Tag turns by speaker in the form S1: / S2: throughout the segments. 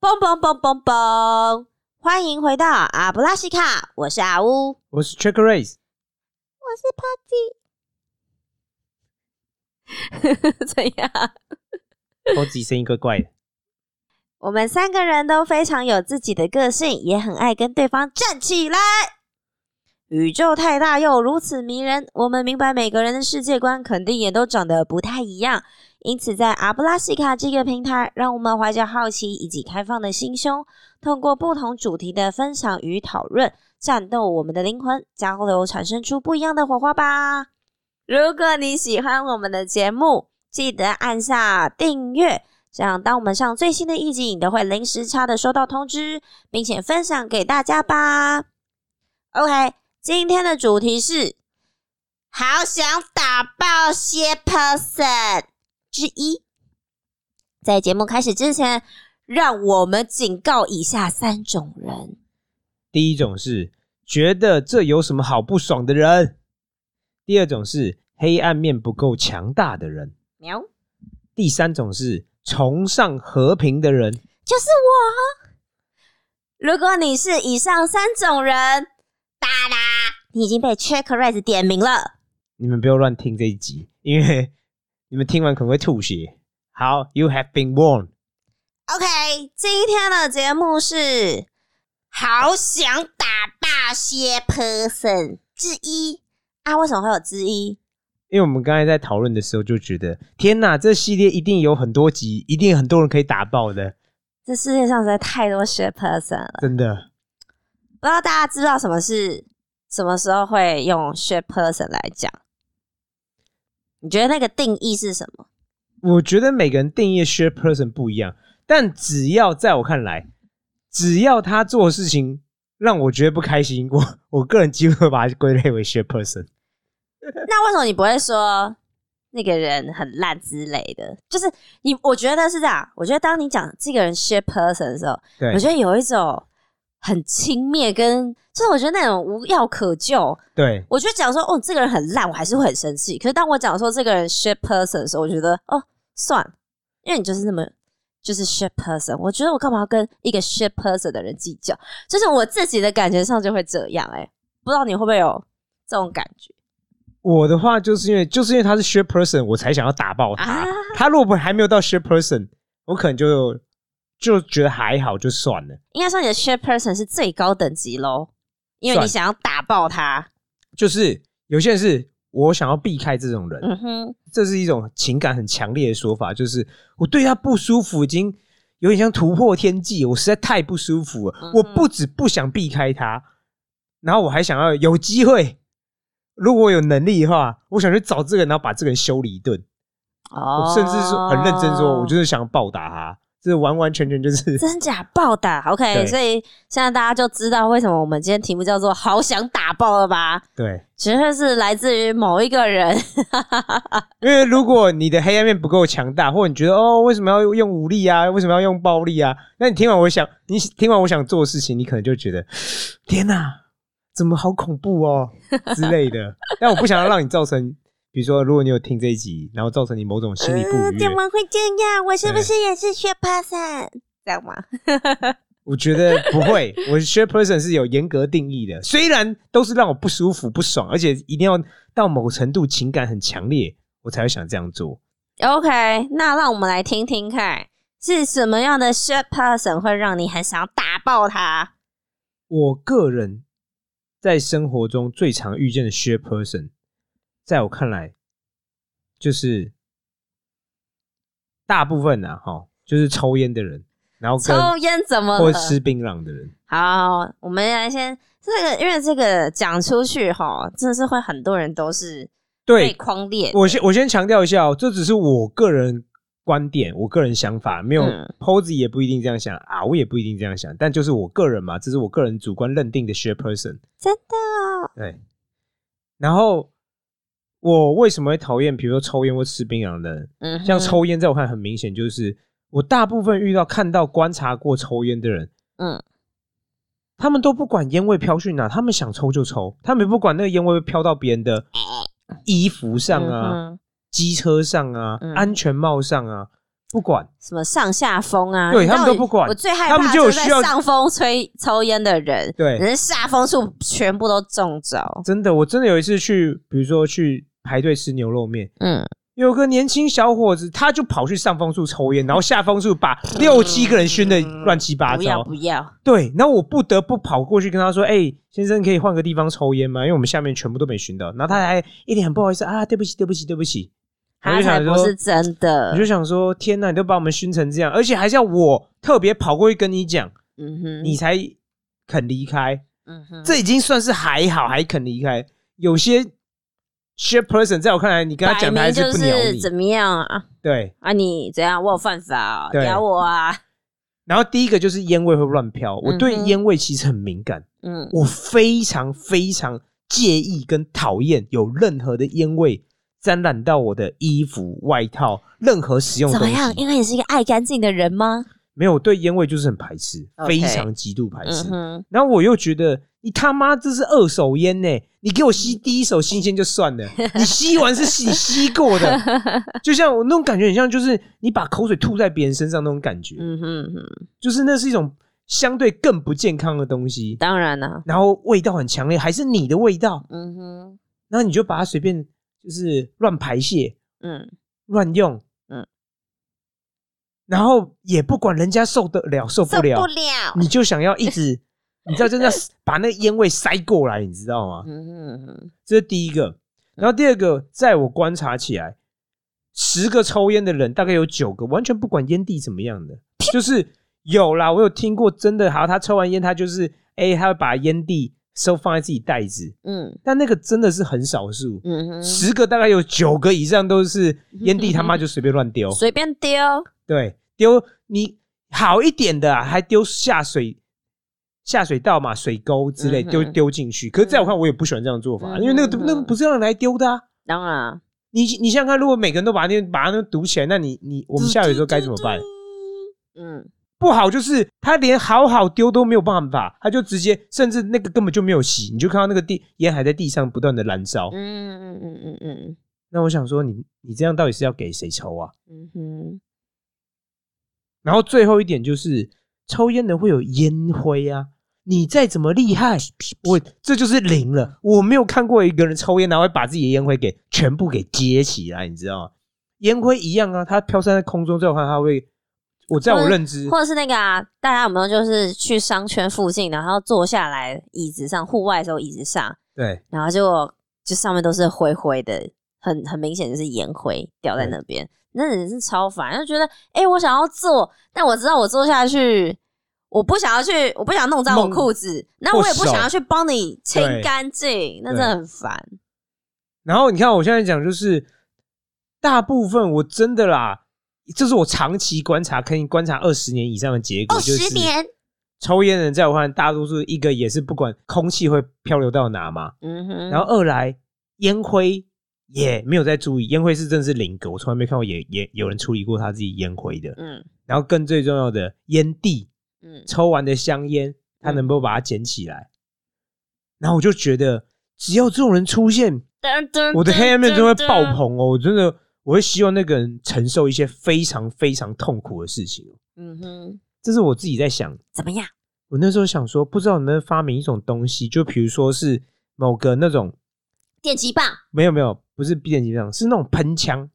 S1: 嘣嘣嘣嘣嘣！欢迎回到阿布拉西卡，我是阿乌， 我
S2: 我是 Check Race，
S1: 是 Potty。怎样？
S2: 我自己声音怪怪的。
S1: 我们三个人都非常有自己的个性，也很爱跟对方站起来。宇宙太大又如此迷人，我们明白每个人的世界观肯定也都长得不太一样。因此，在阿布拉西卡这个平台，让我们怀着好奇以及开放的心胸，通过不同主题的分享与讨论，战斗我们的灵魂，交流产生出不一样的火花吧。如果你喜欢我们的节目，记得按下订阅。这样，当我们上最新的一集，你都会零时差的收到通知，并且分享给大家吧。OK，今天的主题是好想打爆些 person 之一。在节目开始之前，让我们警告以下三种人：
S2: 第一种是觉得这有什么好不爽的人；第二种是黑暗面不够强大的人；
S1: 喵，
S2: 第三种是崇尚和平的人。
S1: 就是我。啊如果你是以上三种人，哒啦，你已经被 Check Raise 点名了。
S2: 你们不要乱听这一集，因为你们听完可能会吐血。好，You have been warned。
S1: OK，今天的节目是好想打大些 person 之一啊？为什么会有之一？
S2: 因为我们刚才在讨论的时候就觉得，天哪，这系列一定有很多集，一定很多人可以打爆的，
S1: 这世界上实在太多些 person 了，
S2: 真的。
S1: 不知道大家知道什么是什么时候会用些 person 来讲？你觉得那个定义是什么？
S2: 我觉得每个人定义 share person 不一样，但只要在我看来，只要他做的事情让我觉得不开心，我 我个人几乎会把他归类为 share person。
S1: 那为什么你不会说那个人很烂之类的？就是你，我觉得是这样。我觉得当你讲这个人 shit person 的时候，
S2: 对
S1: 我，觉得有一种很轻蔑跟，就是我觉得那种无药可救。
S2: 对，
S1: 我觉得讲说哦，这个人很烂，我还是会很生气。可是当我讲说这个人 shit person 的时候，我觉得哦，算了，因为你就是那么就是 shit person。我觉得我干嘛要跟一个 shit person 的人计较？就是我自己的感觉上就会这样、欸。哎，不知道你会不会有这种感觉
S2: 我的话就是因为就是因为他是 share person，我才想要打爆他。
S1: 啊？
S2: 他如果还没有到 share person，我可能就就觉得还好，就算了。
S1: 应该说你的 shit person 是最高等级喽，因为你
S2: 算
S1: 想要打爆他。
S2: 就是有些人是我想要避开这种人，
S1: 嗯哼，
S2: 这是一种情感很强烈的说法，就是我对他不舒服，已经有点像突破天际，我实在太不舒服了。
S1: 嗯哼
S2: 我不止不想避开他，然后我还想要有机会，如果我有能力的话，我想去找这个人，然后把这个人修理一顿。
S1: 哦
S2: 我甚至是很认真说，我就是想报答他，这完完全全就是
S1: 真假暴打，OK，
S2: 对
S1: 所以现在大家就知道为什么我们今天题目叫做“好想打爆”了吧？
S2: 对。
S1: 其实是来自于某一个人，
S2: 因为如果你的黑暗面不够强大，或者你觉得哦，为什么要用武力啊？为什么要用暴力啊？那你听完我想，你听完我想做的事情，你可能就觉得天哪、怎么好恐怖哦之类的。但我不想要让你造成，比如说，如果你有听这一集，然后造成你某种心理不愉
S1: 呃怎
S2: 悦，
S1: 么会这样？我是不是也是学 person？这样吗？
S2: 我觉得不会。我 share person 是有严格定义的，虽然都是让我不舒服、不爽，而且一定要到某程度情感很强烈，我才会想这样做。
S1: OK，那让我们来听听看，是什么样的 shit person 会让你很想打爆他？
S2: 我个人在生活中最常遇见的 share person，在我看来，就是大部分啊，哈，就是抽烟的人，然后跟
S1: 抽烟怎么
S2: 或
S1: 了？
S2: 吃槟榔的人，
S1: 好，我们来先这个，因为这个讲出去哈，真的是会很多人都是被
S2: 对
S1: 框列的。
S2: 我先我先强调一下、哦，这只是我个人观点，我个人想法，没有
S1: 嗯
S2: Posy 也不一定这样想啊，我也不一定这样想，但就是我个人嘛，这是我个人主观认定的 share person。
S1: 真的哦
S2: 对，然后我为什么会讨厌，比如说抽烟或吃槟榔的人？
S1: 嗯哼，
S2: 像抽烟，在我看来很明显，就是我大部分遇到看到观察过抽烟的人，
S1: 嗯，
S2: 他们都不管烟味飘去哪，他们想抽就抽，他们也不管那个烟味飘到别人的衣服上啊、
S1: 嗯哼
S2: 机车上啊、
S1: 嗯
S2: 安全帽上啊，不管，
S1: 什么上下风啊，
S2: 对
S1: 你知道
S2: 他们都
S1: 我
S2: 不管
S1: 我最害
S2: 他们
S1: 怕
S2: 就有
S1: 是在
S2: 需要
S1: 上风吹抽烟的人，
S2: 对
S1: 人下风处全部都中招。
S2: 真的，我真的有一次去，比如说去排队吃牛肉面，
S1: 嗯，
S2: 有个年轻小伙子，他就跑去上风处 抽烟，然后下风处把六七个人熏的乱七八
S1: 嗯不要
S2: 糟。
S1: 不要，
S2: 对，然后我不得不跑过去跟他说：“哎、先生，可以换个地方抽烟吗？因为我们下面全部都没熏到。”然后他还一脸很不好意思啊，对不起，对不起，对不起。我
S1: 他
S2: 就
S1: 才
S2: 想
S1: 不
S2: 说
S1: 是真
S2: 我
S1: 的
S2: 就。想说，天呐，你都把我们熏成这样，而且还是要我特别跑过去跟你讲，
S1: 嗯哼，
S2: 你才肯离开。
S1: 嗯哼，
S2: 这已经算是还好，还肯离开。有些 shit person 在我看来，你跟他
S1: 摆
S2: 讲，他还
S1: 明
S2: 是
S1: 就
S2: 不鸟
S1: 是
S2: 你。
S1: 怎么样啊？
S2: 对，
S1: 啊，你怎样？我有犯法、哦，
S2: 对
S1: 咬我啊！
S2: 然后第一个就是烟味会乱飘，我对
S1: 嗯哼
S2: 烟味其实很敏感，
S1: 嗯，
S2: 我非常非常介意跟讨厌有任何的烟味沾染到我的衣服、外套、任何使用的
S1: 怎么
S2: 东
S1: 样？
S2: 西。
S1: 因为你是一个爱干净的人吗？
S2: 没有，我对烟味就是很排斥，
S1: OK
S2: 非常极度排
S1: 嗯
S2: 斥。
S1: 哼，
S2: 然后我又觉得你他妈这是二手烟呢、你给我吸第一手新鲜就算了，你吸完是你吸过的，就像我那种感觉很像，就是你把口水吐在别人身上那种感觉，
S1: 嗯哼哼，
S2: 就是那是一种相对更不健康的东西，
S1: 当然啦、
S2: 然后味道很强烈，还是你的味道，
S1: 嗯哼，
S2: 然后你就把它随便就是乱排泄、
S1: 嗯，
S2: 乱用，嗯
S1: 嗯，
S2: 然后也不管人家受得了受不
S1: 受
S2: 了
S1: 不，了。
S2: 你就想要一直，你知道，真的要把那个烟味塞过来，你知道吗？
S1: 嗯哼哼，
S2: 这是第一个。然后第二个，在我观察起来，十个抽烟的人大概有九个完全不管烟蒂怎么样的，就是有啦，我有听过，真的，好，他抽完烟，他就是，哎、他会把烟蒂收放在自己袋子，
S1: 嗯
S2: 但那个真的是很少数，
S1: 嗯哼，
S2: 十个大概有九个以上都是烟蒂他妈就随便乱丢，
S1: 随便丢，
S2: 对，丢你好一点的、啊、还丢下水下水道嘛、水沟之类
S1: 嗯哼嗯
S2: 丢丢进去。可是在我看，我也不喜欢这样做法，因为那个
S1: 嗯哼
S2: 那个不是让人来丢的啊。
S1: 当然，
S2: 你你想想看，如果每个人都把那把那堵起来，那你你我们下雨的时候该怎么办？？
S1: 嗯，
S2: 不好就是他连好好丢都没有办法，他就直接甚至那个根本就没有洗，你就看到那个地烟还在地上不断的燃烧
S1: 嗯。嗯嗯嗯嗯
S2: 那我想说你，你这样到底是要给谁抽啊？
S1: 嗯哼，
S2: 然后最后一点就是，抽烟的会有烟灰啊。你再怎么厉害，我这就是零了。我没有看过一个人抽烟，然后会把自己的烟灰给全部给接起来，你知道吗？烟灰一样啊，它飘散在空中之后，它会，我在我认知，
S1: 或者是那个啊，大家有没有就是去商圈附近，然后坐下来椅子上，户外的时候椅子上，
S2: 对
S1: 然后结果就上面都是灰灰的，很很明显就是烟灰掉在那边，那人是超烦，就觉得哎、诶我想要坐，但我知道我坐下去。我不想要去，我不想弄脏我
S2: 弄
S1: 裤子，那我也
S2: 或
S1: 不
S2: 手
S1: 想要去帮你清
S2: 对
S1: 干净，那
S2: 对
S1: 真的很烦。
S2: 然后你看我现在讲，就是大部分我真的啦，这是我长期观察，可以观察二十年以上的结果，
S1: 哦，
S2: 就是
S1: 十年，
S2: 抽烟的人在我看，大多数一个也是不管空气会漂流到哪嘛，
S1: 嗯哼，
S2: 然后二来烟灰也没有在注意，烟灰是真的是零个，我从来没看过也也有人处理过他自己烟灰的。
S1: 嗯
S2: 然后更最重要的烟蒂，
S1: 嗯
S2: 抽完的香烟，他能不能把它捡起来？然后我就觉得，只要这种人出现，
S1: 噔噔
S2: 我的黑暗面就会爆
S1: 棚。
S2: 棚哦！我真的，我会希望那个人承受一些非常非常痛苦的事情。哦
S1: 嗯哼，
S2: 这是我自己在想，
S1: 怎么样？
S2: 我那时候想说，不知道能不能发明一种东西，就比如说是某个那种
S1: 电击棒？
S2: 没有没有，不是闭眼睛这样，是那种喷枪。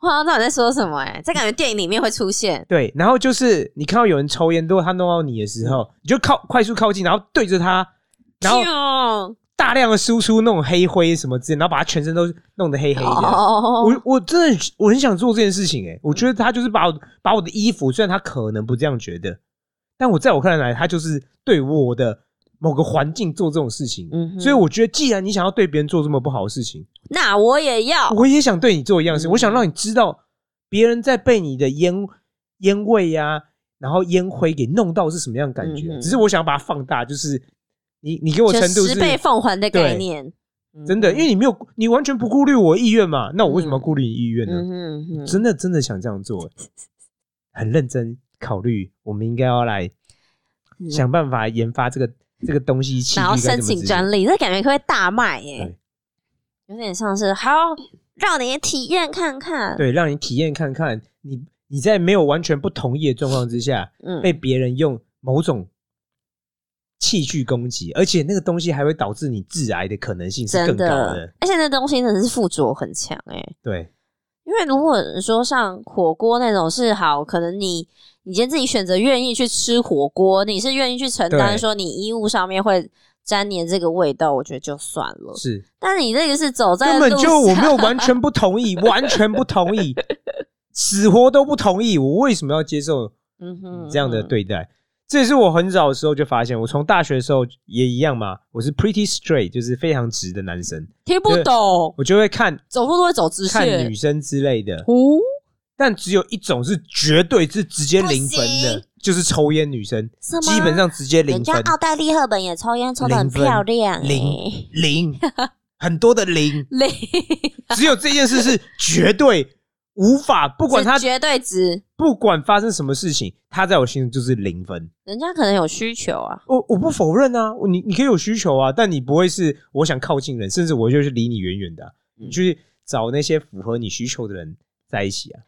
S1: 我好像知道你在说什么哎、欸，这感觉电影里面会出现。
S2: 对，然后就是你看到有人抽烟，如果他弄到你的时候，你就靠快速靠近，然后对着他，然后
S1: 后
S2: 大量的输出那种黑灰什么之类，然后把他全身都弄得黑黑的。
S1: 哦，
S2: 啊我我真的我很想做这件事情诶、欸我觉得他就是把我把我的衣服，虽然他可能不这样觉得，但我在我看来，他就是对我的某个环境做这种事情。
S1: 嗯哼
S2: 所以我觉得，既然你想要对别人做这么不好的事情，
S1: 那我也要。
S2: 我也想对你做一样的事，
S1: 嗯
S2: 我想让你知道，别人在被你的烟烟味呀、然后烟灰给弄到是什么样的感觉。
S1: 嗯哼
S2: 只是我想把它放大，就是你你给我
S1: 就
S2: 程度
S1: 十
S2: 是
S1: 倍嗯奉还的概念，
S2: 真的，因为你没有你完全不顾虑我意愿嘛，那我为什么要顾虑你意愿呢？
S1: 嗯哼嗯哼，
S2: 真的真的想这样做、欸很认真考虑，我们应该要来
S1: 嗯
S2: 想办法研发这个这个东西器具
S1: 然后
S2: 该
S1: 申
S2: 怎么
S1: 请
S2: 执
S1: 专
S2: 行。
S1: 利，这感觉可以大卖耶、
S2: 对
S1: 有点像是好让你体验看看。
S2: 对，让你体验看看，你你在没有完全不同意的状况之下，
S1: 嗯，
S2: 被别人用某种器具攻击，而且那个东西还会导致你致癌的可能性是
S1: 真
S2: 更高
S1: 的
S2: 的。，
S1: 而且那东西真的是附着很强哎、
S2: 对，
S1: 因为如果你说像火锅那种是好，可能你你今天自己选择愿意去吃火锅，你是愿意去承担
S2: 对
S1: 说你衣物上面会沾黏这个味道，我觉得就算了。
S2: 是
S1: 但你这个是走哦在路
S2: 根本
S1: 上，
S2: 就我没有完全不同意，完全不同意，死活都不同意。我为什么要接受
S1: 嗯哼
S2: 这样的
S1: 嗯
S2: 对待？这也是我很早的时候就发现，我从大学的时候也一样嘛。我是 pretty straight，就是非常直的男生，
S1: 听不懂，
S2: 我就会看
S1: 走路都会走直
S2: 看
S1: 线
S2: 女。生之类的。
S1: 哦，
S2: 但只有一种是绝对是直接零分
S1: 不
S2: 的
S1: 行，
S2: 就是抽烟女生，
S1: 什么
S2: 基本上直接零
S1: 人家
S2: 分，
S1: 奥黛丽·赫本也抽烟，抽的很
S2: 零分
S1: 漂亮、欸，。
S2: 零零，很多的零
S1: 零，
S2: 只有这件事是绝对无法，不管他
S1: 是绝对值。
S2: 不管发生什么事情，他在我心中就是零分。
S1: 人家可能有需求啊，
S2: 我我不否认啊，你你可以有需求啊，但你不会是我想靠近人，甚至我就是离你远远的啊、
S1: 嗯
S2: 你去找那些符合你需求的人在一起啊。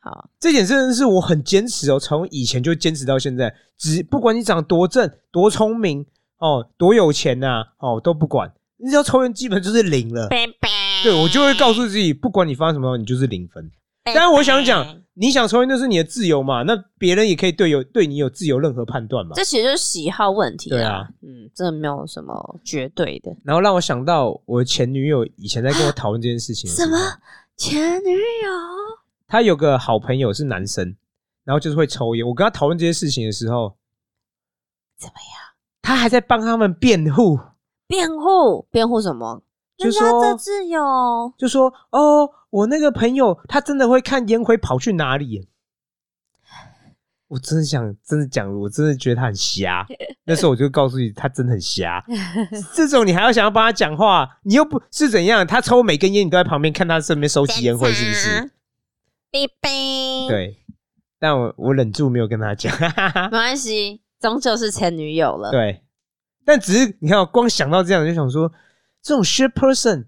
S1: 好，
S2: 这点真的是我很坚持哦，从以前就坚持到现在，只不管你长多正、多聪明哦、多有钱呐、哦都不管，你只要抽烟基本就是零了。
S1: 拜拜。
S2: 对我就会告诉自己，不管你发生什么，你就是零分。
S1: 拜拜。
S2: 但是我 想讲，你想抽烟那是你的自由嘛，那别人也可以对有对你有自由任何判断嘛。
S1: 这其实就是喜好问题、
S2: 对啊，
S1: 嗯，这没有什么绝对的。
S2: 然后让我想到我前女友以前在跟我讨论这件事情的时候，
S1: 什么前女友？
S2: 她有个好朋友是男生，然后就是会抽烟。我跟他讨论这些事情的时候，
S1: 怎么
S2: 样？他还在帮他们辩护，
S1: 辩护？辩护什么？
S2: 就
S1: 人家
S2: 说
S1: 这次有
S2: 就说：“哦，我那个朋友他真的会看烟灰跑去哪里。”我真的想，真的讲，我真的觉得他 很瞎。那时候我就告诉你，他真的很瞎。这种你还要想要帮他讲话，你又不是怎样？他抽每根烟，你都在旁边看他身边收集烟灰，是不是？？
S1: 哔哔，，
S2: 对。但我我忍住没有跟他讲。
S1: 没关系，终究是前女友了。
S2: 对。但只是你看哦，光想到这样，我就想说，这种 shit person，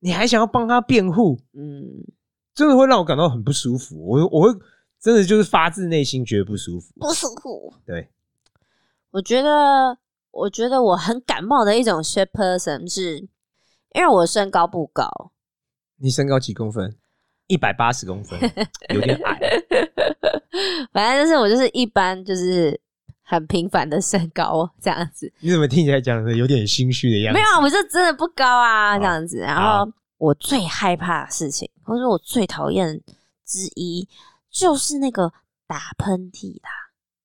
S2: 你还想要帮他辩护？
S1: 嗯，
S2: 真的会让我感到很不舒服。我我会真的就是发自内心觉得不舒服。
S1: 不舒服。
S2: 对，
S1: 我觉得，我觉得我很感冒的一种 shape person 是，因为我身高不 高，
S2: 你身高几公分？一百八十公分，有点 矮。
S1: 反正就是我就是一般就是很平凡的身高这样子。
S2: 你怎么听起来讲的有点心虚的样
S1: 没
S2: 子？
S1: 有啊，我就真的不高啊，
S2: 好
S1: 这样子。然后我最害怕的事情，或者我最讨厌之一，就是那个打喷嚏啦，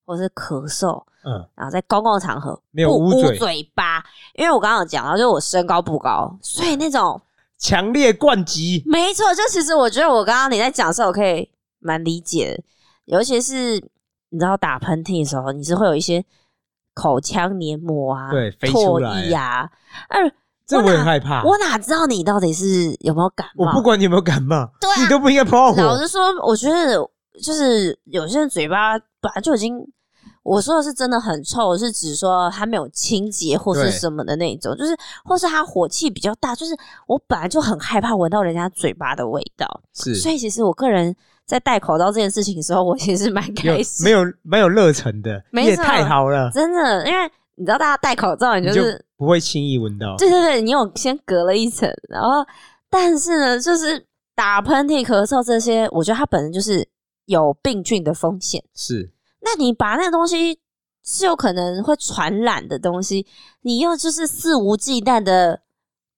S1: 或是咳嗽，
S2: 嗯，
S1: 然后在公共场合
S2: 没有
S1: 不
S2: 捂
S1: 捂
S2: 嘴
S1: 嘴巴。因为我刚刚有讲到，就是我身高不高，所以那种
S2: 强烈灌击。
S1: 没错，就其实我觉得我刚刚你在讲的时候，我可以蛮理解的，尤其是你知道打喷嚏的时候，你是会有一些口腔黏膜啊，
S2: 对飞出
S1: 唾
S2: 来
S1: 液啊，二。
S2: 这我
S1: 哪
S2: 很害怕。
S1: 我哪知道你到底是有没有感
S2: 我
S1: 冒？
S2: 不管你有没有感冒，
S1: 对啊
S2: 你都不应该碰到
S1: 老
S2: 我。
S1: 实说，我觉得就是有些人嘴巴本来就已经，我说的是真的很臭，是指说他没有清洁或是
S2: 对
S1: 什么的那种，就是或是他火气比较大，就是我本来就很害怕闻到人家嘴巴的味道，所
S2: 是
S1: 以其实我个人在戴口罩这件事情的时候，我其实蛮
S2: 有
S1: 开心，
S2: 没有蛮有热忱的，
S1: 没啊
S2: 你也
S1: 错
S2: 太好了，
S1: 真的，因为你知道大家戴口罩，你
S2: 你
S1: 就
S2: 就是不会轻易闻到。
S1: 对对对，你有先隔了一层，然后但是呢，就是打喷嚏、咳嗽这些，我觉得它本身就是有病菌的风险。
S2: 是
S1: 那你把那个东西是有可能会传染的东西，你又就是肆无忌惮的，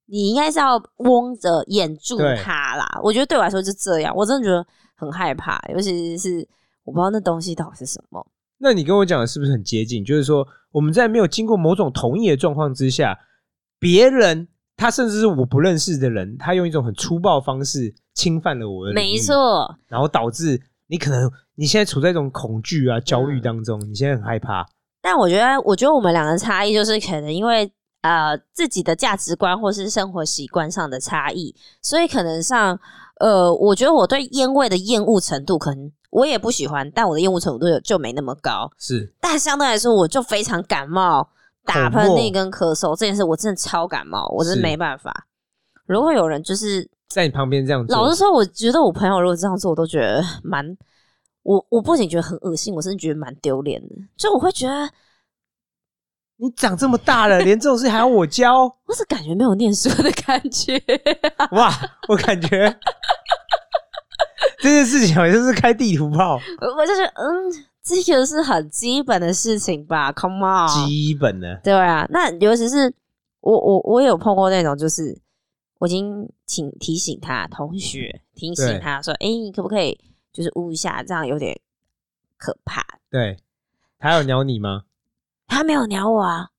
S1: 你应该是要蒙着掩住
S2: 对
S1: 它啦。我觉得对我来说就这样，我真的觉得很害怕，尤其是我不知道那东西到底是什么。
S2: 那你跟我讲的是不是很接近？就是说，我们在没有经过某种同意的状况之下，别人他甚至是我不认识的人，他用一种很粗暴的方式侵犯了我的，
S1: 没，错，
S2: 然后导致你可能你现在处在一种恐惧啊、焦虑当中，你现在很害怕，
S1: 但我觉得，我觉得我们两个差异就是可能因为呃自己的价值观或是生活习惯上的差异，所以可能上呃，我觉得我对烟味的厌恶程度，可能我也不喜欢，但我的厌恶程度就就没那么高。
S2: 是
S1: 但相对来说，我就非常感冒、打喷
S2: 口
S1: 嚏
S2: 沫
S1: 跟咳嗽这件事，我真的超感冒，我真的
S2: 是
S1: 没办法。如果有人就是
S2: 在你旁边这样做。
S1: 老实说，我觉得我朋友如果这样做，我都觉得蛮我我不仅觉得很恶心，我甚至觉得蛮丢脸的。就我会觉得，
S2: 你长这么大了，连这种事还要我教？
S1: 我是感觉没有念书的感觉。
S2: 哇，我感觉这件事情好像是开地图炮，
S1: 我我就觉得，嗯，这个是很基本的事情吧？Come on，
S2: 基本的。
S1: 对啊，那尤其是我我我有碰过那种，就是我已经请提醒他同学，提醒
S2: 对
S1: 他说，哎、你可不可以就是捂一下，这样有点可怕。
S2: 对，他有鸟你吗？
S1: 他没有鸟我啊，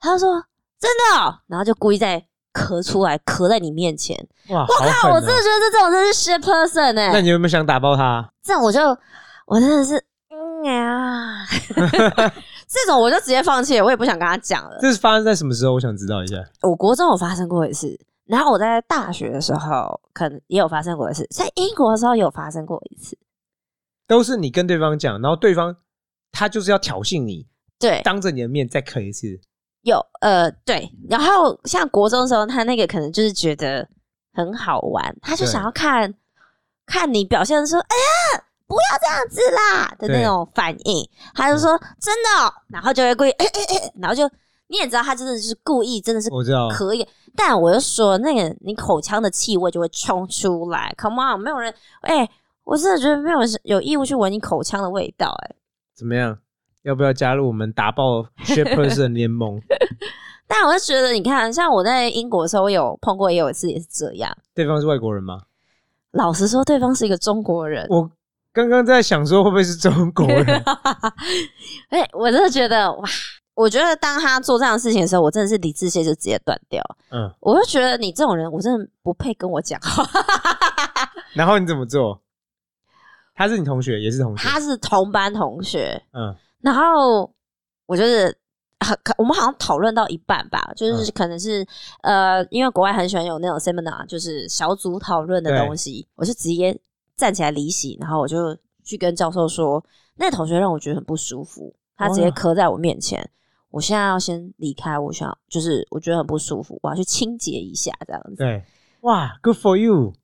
S1: 他就说真的、哦，然后就故意在咳出来，咳在你面前。
S2: 哇，
S1: 我靠，
S2: 好
S1: 我
S2: 狠
S1: 真
S2: 哦
S1: 的觉得这种真是 shit person 哎、
S2: 那你有没有想打爆他？
S1: 这种我就我真的是嗯啊，这种我就直接放弃了，我也不想跟他讲了。
S2: 这是发生在什么时候？我想知道一下。
S1: 我国中有发生过一次，然后我在大学的时候可能也有发生过一次，在英国的时候也有发生过一次。
S2: 都是你跟对方讲，然后对方他就是要挑衅你，
S1: 对，
S2: 当着你的面再咳一次。
S1: 有呃对，然后像国中的时候，他那个可能就是觉得很好玩，他就
S2: 对
S1: 想要看看你表现说，哎呀，不要这样子啦的那
S2: 对嗯
S1: 种反应，他就说真的哦、然后就会故意，哎哎哎，然后就你也知道，他真的是故意，真的是
S2: 我知道，
S1: 可以，但我就说那个你口腔的气味就会冲出来，Come on，没有人，哎、我真的觉得没有人是有义务去闻你口腔的味道、哎，
S2: 怎么样？要不要加入我们打爆 s h i p Person 联 盟？
S1: 但我就觉得，你看，像我在英国的时候，我有碰过，也有一次也是这样。
S2: 对方是外国人吗？
S1: 老实说，对方是一个中国人，
S2: 我刚刚在想说会不会是中国 人？
S1: 哎、我真的觉得哇，我觉得当他做这样的事情的时候，我真的是理智线就直接断掉。
S2: 嗯，
S1: 我就觉得你这种人，我真的不配跟我讲话。
S2: 然后你怎么做？他是你同学，也是同学。
S1: 他是同班同学，
S2: 嗯，
S1: 然后我就是很，可我们好像讨论到一半吧，就是可能是、呃，因为国外很喜欢有那种 seminar，就是小组讨论的东西，我就直接站起来离席，然后我就去跟教授说，那同学让我觉得很不舒服，他直接
S2: 哇
S1: 磕在我面前。我现在要先离开，我想就是我觉得很不舒服，我要去清洁一下这样子。
S2: 对。哇，Good for you！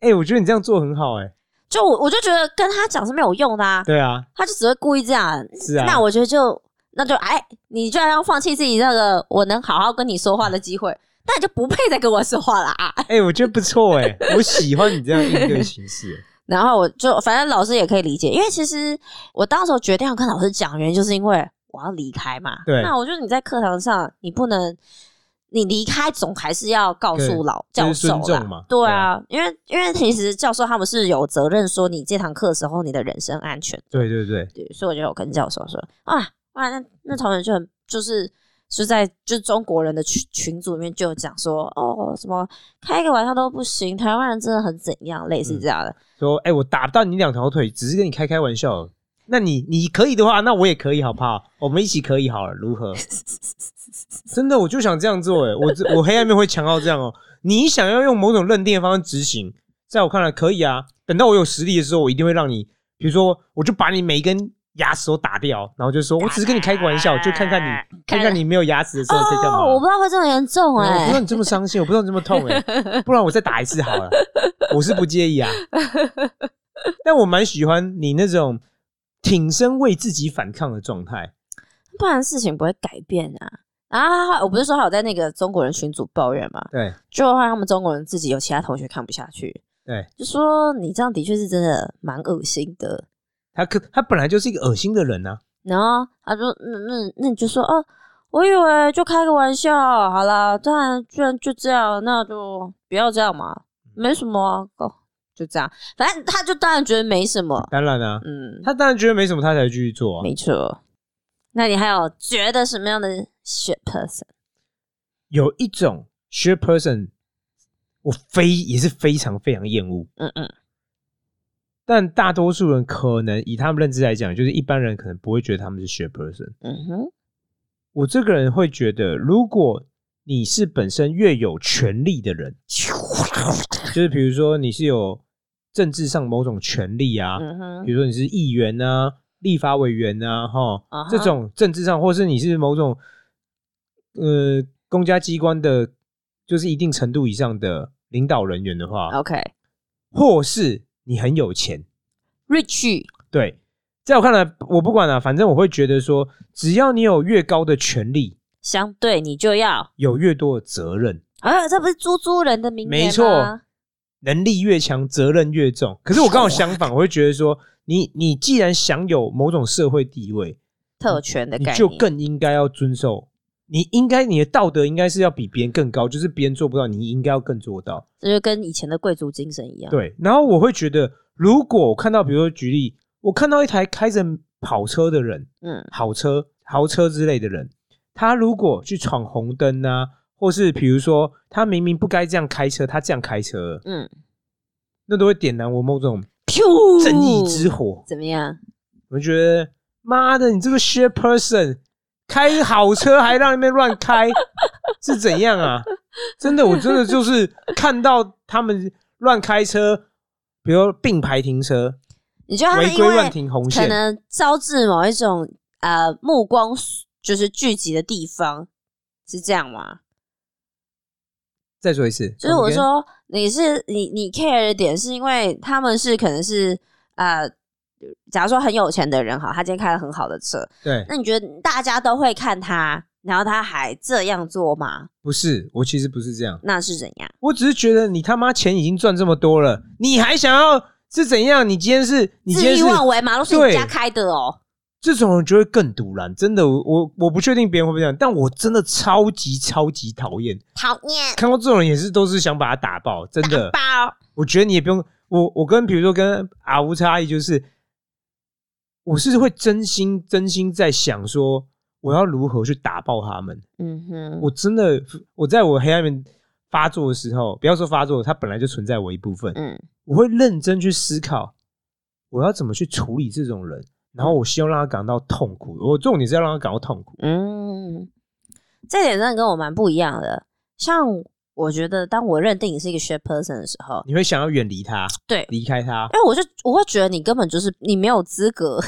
S2: 哎、我觉得你这样做很好、哎，
S1: 就我我就觉得跟他讲是没有用的啊，
S2: 对啊，
S1: 他就只会故意这样。
S2: 是啊。
S1: 那我觉得就那就哎，你居然要放弃自己那个我能好好跟你说话的机会，那你就不配再跟我说话了啊！
S2: 哎、我觉得不错、哎，我喜欢你这样应对形式、 哎
S1: 然后我就反正老师也可以理解，因为其实我当时候决定要跟老师讲，原因就是因为我要离开嘛。
S2: 对
S1: 那我觉得你在课堂上你不能。你离开总还是要告
S2: 对
S1: 诉老教
S2: 就是
S1: 授
S2: 尊
S1: 啦
S2: 重嘛，
S1: 对
S2: 对
S1: 啊，因为因为其实教授他们是有责任说你这堂课的时候你的人身安全
S2: 对对对，
S1: 对，所以我就有跟教授说啊，哇，那那同学就很就是就在就是中国人的群群组里面就有讲说哦，什么开个玩笑都不行，台湾人真的很怎样，类
S2: 嗯
S1: 似这样的。
S2: 说，哎、我打断你两条腿，只是跟你开开玩笑而已。那你你可以的话，那我也可以，好不好？我们一起可以好了，如何？ 真的，我就想这样做、哎，我这我黑暗面会强到这样哦、你想要用某种认定的方式执行，在我看来可以啊。等到我有实力的时候，我一定会让你，比如说，我就把你每一根牙齿都打掉，然后就说我只是跟你开个玩笑，就看看你，看看你没有牙齿的时候可以干嘛。
S1: 哦，我不知道会这么严重
S2: 对啊我不
S1: 哎、
S2: 知道你这么伤心，我不知道你这么痛哎、不然我再打一次好了，我是不介意啊。但我蛮喜欢你那种挺身为自己反抗的状态。
S1: 不然事情不会改变啊。啊！我不是说好在那个中国人群组抱怨嘛，
S2: 对
S1: 就后来他们中国人自己有其他同学看不下去，
S2: 对，
S1: 就说你这样的确是真的蛮恶心的。
S2: 他可他本来就是一个恶心的人啊，
S1: 然后他说：“那那那你就说哦，我以为就开个玩笑，好啦，当然居然就这样，那就不要这样嘛，
S2: 嗯
S1: 没什么啊，哦，就这样。反正他就当然觉得没什么，
S2: 当然啊，
S1: 嗯，
S2: 他当然觉得没什么，他才继续做啊。
S1: 没错。那你还有觉得什么样的 shit person？
S2: 有一种 s h i t person，我非也是非常非常厌恶，
S1: 嗯嗯，
S2: 但大多数人可能以他们认知来讲，就是一般人可能不会觉得他们是 s h i t person。
S1: 嗯哼，
S2: 我这个人会觉得，如果你是本身越有权利的人，就是比如说你是有政治上某种权利啊，
S1: 嗯哼
S2: 比，如说你是议员啊、立法委员啊，哈、
S1: 啊哈
S2: 这种政治上，或是你是某种呃公家机关的，就是一定程度以上的领导人员的话，
S1: ，OK，Richie，
S2: 或是你很有钱，对，在我看来，我不管了、反正我会觉得说，只要你有越高的权利，
S1: 相对你就要，
S2: 有越多的责任，
S1: 啊，这不是猪猪人的名言吗？
S2: 没错能力越强，责任越重。可是我刚好相反，我会觉得说，你你既然享有某种社会地位，
S1: 特权的概
S2: 你
S1: 念，
S2: 就更应该要遵守。你应该你的道德应该是要比别人更高，就是别人做不到，你应该要更做到。
S1: 这就跟以前的贵族精神一样。
S2: 对，然后我会觉得，如果我看到，比如说举例，我看到一台开着跑车的人，
S1: 嗯，
S2: 豪车、豪车之类的人，他如果去闯红灯啊，或是比如说他明明不该这样开车，他这样开车了，
S1: 嗯，
S2: 那都会点燃我某种
S1: 噗，
S2: 正义之火。
S1: 怎么样？
S2: 我觉得，妈的，你这个 shit person，开好车还让那边乱开，是怎 样啊？真的，我真的就是看到他们乱开车，比如并排停车、
S1: 你觉得他
S2: 违
S1: 啊们因
S2: 规乱
S1: 为
S2: 停红
S1: 可
S2: 线，
S1: 能招致某一种呃目光就是聚集的地方，是这样吗？
S2: 再说一次，
S1: 就是我
S2: again
S1: 说你是你你 care 的点是因为他们是可能是呃，假如说很有钱的人哈，他今天开了很好的车，
S2: 对，
S1: 那你觉得大家都会看他，然后他还这样做吗？
S2: 不是，我其实不是这样。
S1: 那是怎样？
S2: 我只是觉得你他妈钱已经赚这么多了，你还想要是怎样？你今天是，你今天
S1: 恣意
S2: 是
S1: 妄为嘛，都是
S2: 对
S1: 你家开的哦、
S2: 这种人就会更堵然。真的，我我我不确定别人会不会这样，但我真的超级超级讨厌。
S1: 讨厌，
S2: 看到这种人也是都是想把他打爆，真的。
S1: 包
S2: 我觉得你也不用，我我跟比如说跟阿吴差异就是，我是会真心真心在想说，我要如何去打爆他们。
S1: 嗯哼，
S2: 我真的，我在我黑暗面发作的时候，不要说发作，它本来就存在我一部分。
S1: 嗯
S2: 我会认真去思考，我要怎么去处理这种人，然后我希望让他感到痛苦。我重点是要让他感到痛苦。
S1: 嗯，这点真的跟我蛮不一样的。像我觉得，当我认定你是一个 shit person 的时候，
S2: 你会想要远离他，
S1: 对，
S2: 离开他，
S1: 因为我就我会觉得你根本就是你没有资格，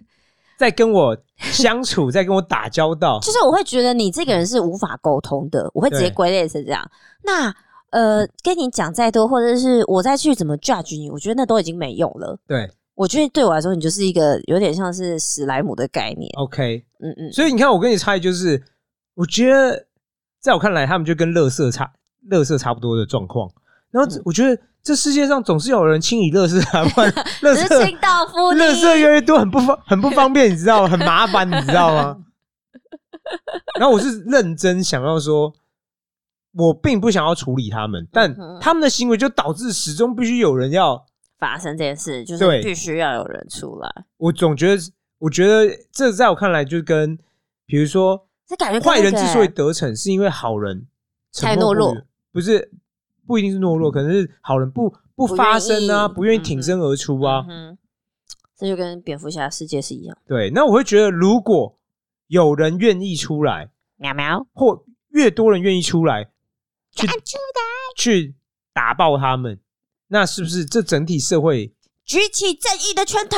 S2: 再跟我相处，再跟我打交道。
S1: 就是我会觉得你这个人是无法沟通的，我会直接
S2: 对
S1: 归类成这样。那呃，跟你讲再多，或者是我再去怎么 judge 你，我觉得那都已经没用了。
S2: 对
S1: 我觉得对我来说，你就是一个有点像是史莱姆的概念。
S2: ，OK。
S1: 嗯嗯，
S2: 所以你看，我跟你差异就是，我觉得在我看来，他们就跟乐色差，乐色差不多的状况。然后
S1: 嗯
S2: 我觉得这世界上总是有人清理乐色啊，不然 乐
S1: 只
S2: 色
S1: 是清道夫
S2: 垃圾
S1: 你
S2: 越来越多，很不方，很不方便，你知道吗？很麻烦，你知 道吗？然后我是认真想要说，我并不想要处理他们，但
S1: 嗯哼
S2: 他们的行为就导致始终必须有人要。
S1: 发生这件事，就
S2: 对
S1: 是必须要有人出来。
S2: 我总觉得，我觉得这在我看来就跟，比如说
S1: 这感觉跟
S2: 坏
S1: 那
S2: 人
S1: 个
S2: 之所以
S1: 欸
S2: 得逞，是因为好人
S1: 太
S2: 沉
S1: 懦
S2: 默不
S1: 弱
S2: 语，不是不一定是懦弱，可能是好人不不
S1: 不
S2: 发
S1: 愿
S2: 声啊，
S1: 意
S2: 不愿意
S1: 嗯
S2: 挺
S1: 哼
S2: 身而出啊。
S1: 嗯哼，这就跟蝙蝠侠的世界是一样。
S2: 对，那我会觉得，如果有人愿意出来，
S1: 喵喵，啊
S2: 或越多人愿意出来去去打爆他们，那是不是这整体社会
S1: 举起正义的拳头，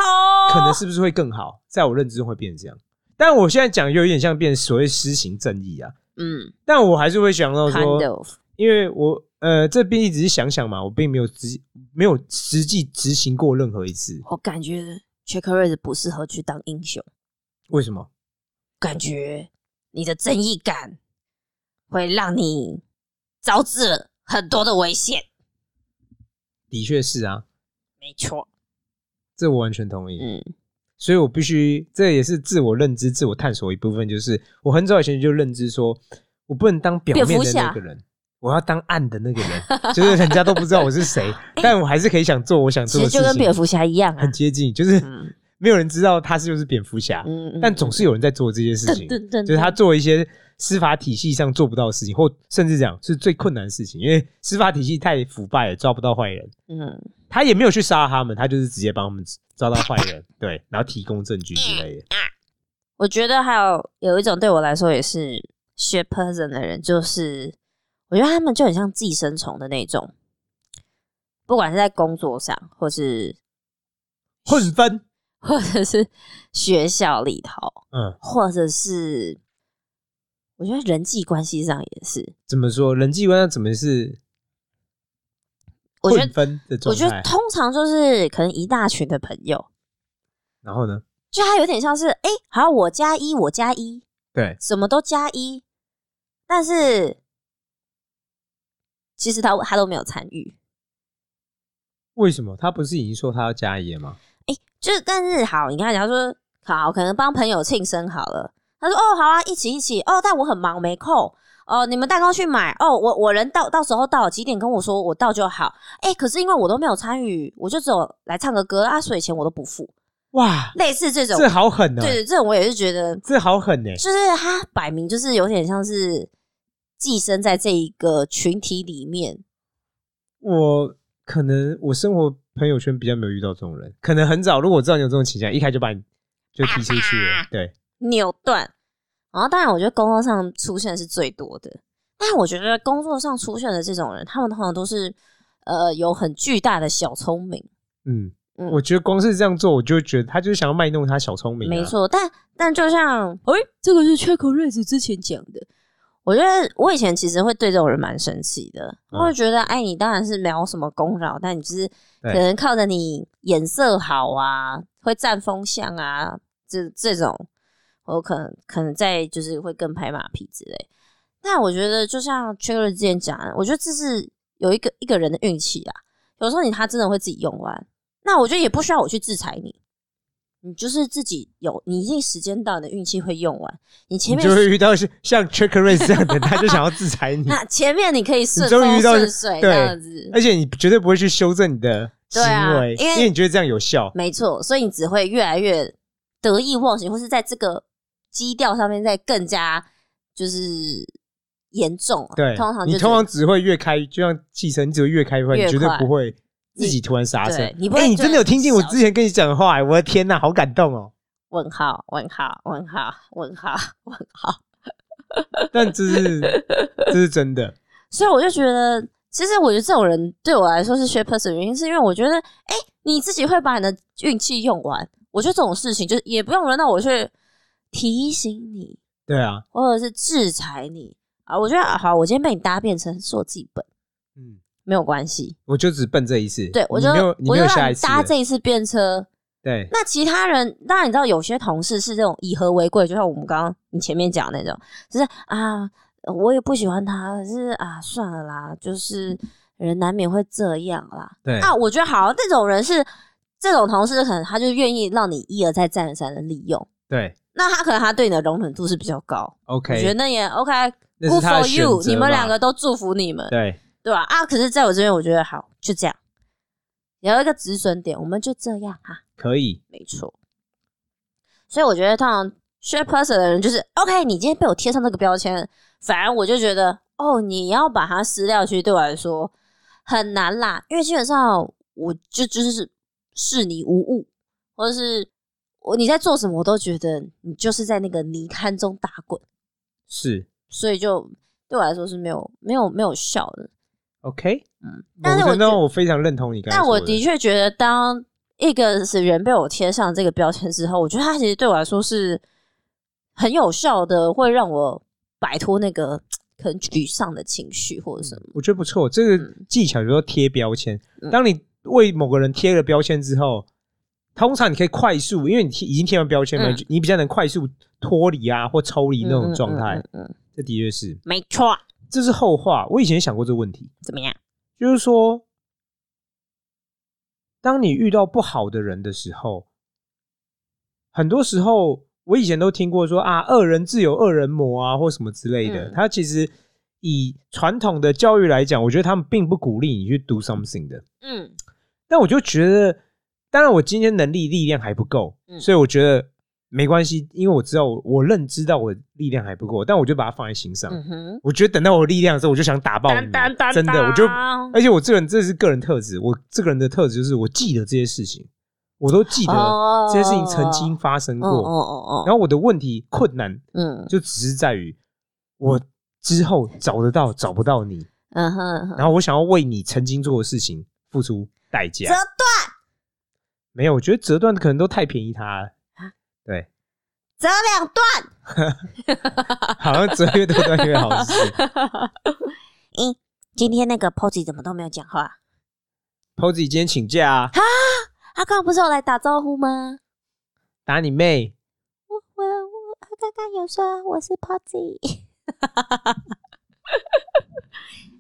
S2: 可能是不是会更好？在我认知中会变成这样。但我现在讲又有点像变所谓施行正义啊，
S1: 嗯
S2: 但我还是会想到说
S1: ，kind，of，
S2: 因为我呃这毕竟只是想想嘛，我并没有执没有实际执行过任何一次。
S1: 我感觉 c h a k r a 不适合去当英雄，
S2: 为什么？
S1: 感觉你的正义感会让你招致很多的危险。
S2: 的确是啊，
S1: 没错，
S2: 这我完全同意。
S1: 嗯
S2: 所以我必须，这也是自我认知、自我探索一部分，就是我很早以前就认知说，我不能当表面
S1: 蝙蝠
S2: 的那
S1: 侠
S2: 个人，我要当暗的那个人，就是人家都不知道我是 谁，但我还是可以想做我想，
S1: 其
S2: 做
S1: 实
S2: 的事
S1: 就跟蝙
S2: 情，
S1: 蝠侠一样啊
S2: 很。接近，就是
S1: 嗯
S2: 没有人知道他是就是蝙蝠侠，
S1: 嗯
S2: 但总是有人在做这些事情，
S1: 噔噔
S2: 就是他做一些司法体系上做不到的事情，或甚至讲是最困难的事情，因为司法体系太腐败了，抓不到坏人。
S1: 嗯，
S2: 他也没有去杀他们，他就是直接帮他们抓到坏 人，对，然后提供证据之类的。
S1: 嗯我觉得还有有一种对我来说也是 shit person 的人，就是我觉得他们就很像寄生虫的那种，不管是在工作上，或是
S2: 混分，
S1: 或者是学校里头，
S2: 嗯，
S1: 或者是我觉得人际关系上也是，
S2: 怎么说？人际关系怎么是
S1: 我觉
S2: 混
S1: 得
S2: 分
S1: 我
S2: 的状
S1: 觉得
S2: 态？
S1: 通常就是可能一大群的朋友，
S2: 然后呢？
S1: 就它有点像是，哎、好，我加一，我加一，
S2: 对，
S1: 什么都加一，但是其实他他都没有参与，
S2: 为什么他不是已经说他要加一了吗？
S1: 哎、就是但是好，你看，假如说好，可能帮朋友庆生好了，他说哦好啊，一起一起哦，但我很忙没空哦，你们蛋糕去买哦，我我人到到时候到几点跟我说我到就好，哎、可是因为我都没有参与，我就只有来唱个歌啊，所以钱我都不付，
S2: 哇，
S1: 类似这种，
S2: 这好狠呢、
S1: 对，这种我也是觉得
S2: 这好狠欸呢、
S1: 就是他摆明就是有点像是寄生在这一个群体里面，
S2: 我可能我生活朋友圈比较没有遇到这种人，可能很早，如果我知道你有这种倾向，一开就把你就踢出去了。
S1: 啊
S2: 对，
S1: 扭断。然后，当然，我觉得工作上出现的是最多的。但我觉得工作上出现的这种人，他们通常都是呃有很巨大的小聪明，
S2: 嗯，
S1: 嗯
S2: 我觉得光是这样做，我就觉得他就是想要卖弄他小聪明、啊。
S1: 没，错。但但就像哎、这个是 c h a c k r a c e 之前讲的。我觉得我以前其实会对这种人蛮生气的，我
S2: 嗯
S1: 会觉得，哎，你当然是没有什么功劳，但你就是
S2: 对
S1: 可能靠着你眼色好啊，会占风向啊，这这种，我可能可能在就是会更拍马屁之类。但我觉得，就像 c h e r 之前讲的，我觉得这是有一个一个人的运气啊。有时候你他真的会自己用完，那我觉得也不需要我去制裁你，你就是自己有，你一定时间到，你的运气会用完。你前
S2: 你
S1: 面
S2: 就会遇到像像 Trick Race 这样的， 他就想要制裁你，
S1: 那前面你可以顺
S2: 你终于
S1: 风
S2: 遇到
S1: 顺水这
S2: 对
S1: 样子，
S2: 而且你绝对不会去修正你的行
S1: 对啊
S2: 为，
S1: 因为
S2: 因为你觉得这样有效。
S1: 没错，所以你只会越来越得意忘形，或是在这个基调上面再更加就是严重、啊。
S2: 对，
S1: 通常就
S2: 你
S1: 是
S2: 通常只会越开，就像气声，你只会越开越快，
S1: 越
S2: 你绝对
S1: 快
S2: 不会自己突然刹车
S1: 对。你不
S2: 哎、
S1: 会
S2: 你
S1: 突
S2: 真的
S1: 然
S2: 有听进我
S1: 小
S2: 之前跟你讲的话、哎我的天呐，好感动哦！
S1: 问号问号问号问号问号，
S2: 但 这是这是真的，
S1: 所以我就觉得，其实我觉得这种人对我来说是 share person，原因是因为我觉得，哎、你自己会把你的运气用完，我觉得这种事情就是也不用轮到我去提醒你，
S2: 对啊，
S1: 或者是制裁你啊。我觉得、啊、好，我今天被你搭便成是我自己笨，
S2: 嗯，
S1: 没有关系。
S2: 我就只奔这一次，
S1: 对我
S2: 你
S1: 就
S2: 没有你
S1: 我
S2: 没
S1: 就
S2: 有下
S1: 让
S2: 一
S1: 你
S2: 次
S1: 搭
S2: 了，
S1: 这一次便车。
S2: 对，
S1: 那其他人，当然你知道，有些同事是这种以和为贵，就像我们刚刚你前面讲的那种，就是啊，我也不喜欢他，可是啊，算了啦，就是人难免会这样啦。
S2: 对
S1: 啊，我觉得好，这种人是这种同事，可能他就愿意让你一而再、再而三的利用。
S2: 对
S1: 那他可能他对你的容忍度是比较高，我觉得
S2: ，OK，
S1: 那也 OK。
S2: 那是
S1: Good
S2: 他的
S1: for
S2: 选
S1: you，
S2: 择
S1: 你们
S2: 嘛
S1: 两个都祝福你们。
S2: 对
S1: 对吧、啊？可是在我这边，我觉得好，就这样，有一个止损点，我们就这样哈、
S2: 可以，
S1: 没错。所以我觉得，通常 share person 的人就是 OK，你今天被我贴上这个标签，反而我就觉得哦，你要把它撕掉，其实对我来说很难啦，因为基本上我就就是视你无物，或者是我你在做什么，我都觉得你就是在那个泥滩中打滚，
S2: 是
S1: 所以就对我来说是没有没有没有效的。
S2: OK，
S1: 嗯，但是
S2: 但是
S1: 我
S2: 我
S1: 觉
S2: 那我非常认同你刚才
S1: 但
S2: 说
S1: 我
S2: 的，
S1: 的确觉得，当一个是人被我贴上这个标签之后，我觉得他其实对我来说是很有效的，会让我摆脱那个可能沮丧的情绪或者什么。
S2: 我觉得不错，这个
S1: 嗯
S2: 技巧叫做贴标签
S1: 嗯。
S2: 当你为某个人贴了标签之后，通常你可以快速，因为你贴已经贴完标签了，
S1: 嗯
S2: 你比较能快速脱离啊或抽离那种状
S1: 嗯。
S2: 态
S1: 嗯嗯嗯嗯
S2: 这的确是，
S1: 没错，
S2: 这是后话。我以前想过这个问题，
S1: 怎么样？
S2: 就是说，当你遇到不好的人的时候，很多时候我以前都听过说啊，恶人自有恶人磨啊，或什么之类的。
S1: 嗯
S2: 他其实以传统的教育来讲，我觉得他们并不鼓励你去 do something 的。
S1: 嗯
S2: 但我就觉得，当然我今天能力力量还不够，
S1: 嗯
S2: 所以我觉得没关系，因为我知道我我认知到我力量还不够，但我就把它放在心上。
S1: 嗯哼，
S2: 我觉得等到我力量的时候，我就想打爆你们，真的，我就而且我这个人这是个人特质，我这个人的特质就是我记得这些事情，我都记得
S1: 哦
S2: 这些事情曾经发生
S1: 哦哦
S2: 过。
S1: 哦哦，
S2: 然后我的问题困难
S1: 嗯
S2: 就只是在于我之后找得到找不到你，
S1: 嗯哼嗯哼，
S2: 然后我想要为你曾经做的事情付出代价
S1: 折。断
S2: 没有，我觉得折断可能都太便宜他了。
S1: 啊
S2: 对，
S1: 折两段。
S2: 好像折越多断越好吃。
S1: 咦、今天那个 Posy 怎么都没有讲话？
S2: Posy 今天请假啊，
S1: 他刚刚不是有来打招呼吗？
S2: 打你妹！
S1: 我我我刚刚有说我是 Potty。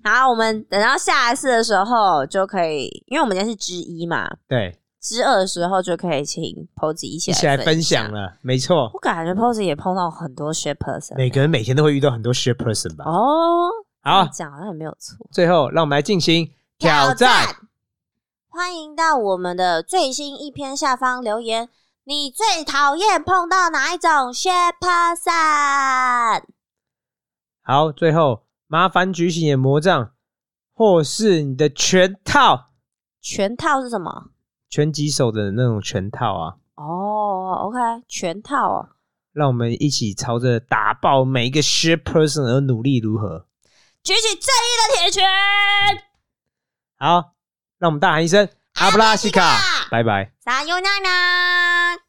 S1: 好，我们等到下一次的时候就可以，因为我们今天是之一嘛，
S2: 对，
S1: 之二的时候就可以请 Posy 一起
S2: 一起来分享
S1: 享。
S2: 了，没错
S1: 我，感觉 Posy 也碰到很多 shit person
S2: 每个人每天都会遇到很多 shit person 吧。
S1: 哦，
S2: 好，
S1: 讲好像也没有错。
S2: 最后让我们来进行挑战。
S1: 欢迎到我们的最新一篇下方留言，你最讨厌碰到哪一种啊 shit person？
S2: 好，最后麻烦举起你的魔杖，或是你的拳套，
S1: 全套是什么？
S2: 拳击手的那种拳套啊，
S1: 哦，OK，全套哦。
S2: 让我们一起朝着打爆每一个 shit person 而努力，如何？
S1: 举起正义的铁拳，
S2: 好，让我们大喊一声阿布拉西卡，拜拜。
S1: 撒尤娜娜。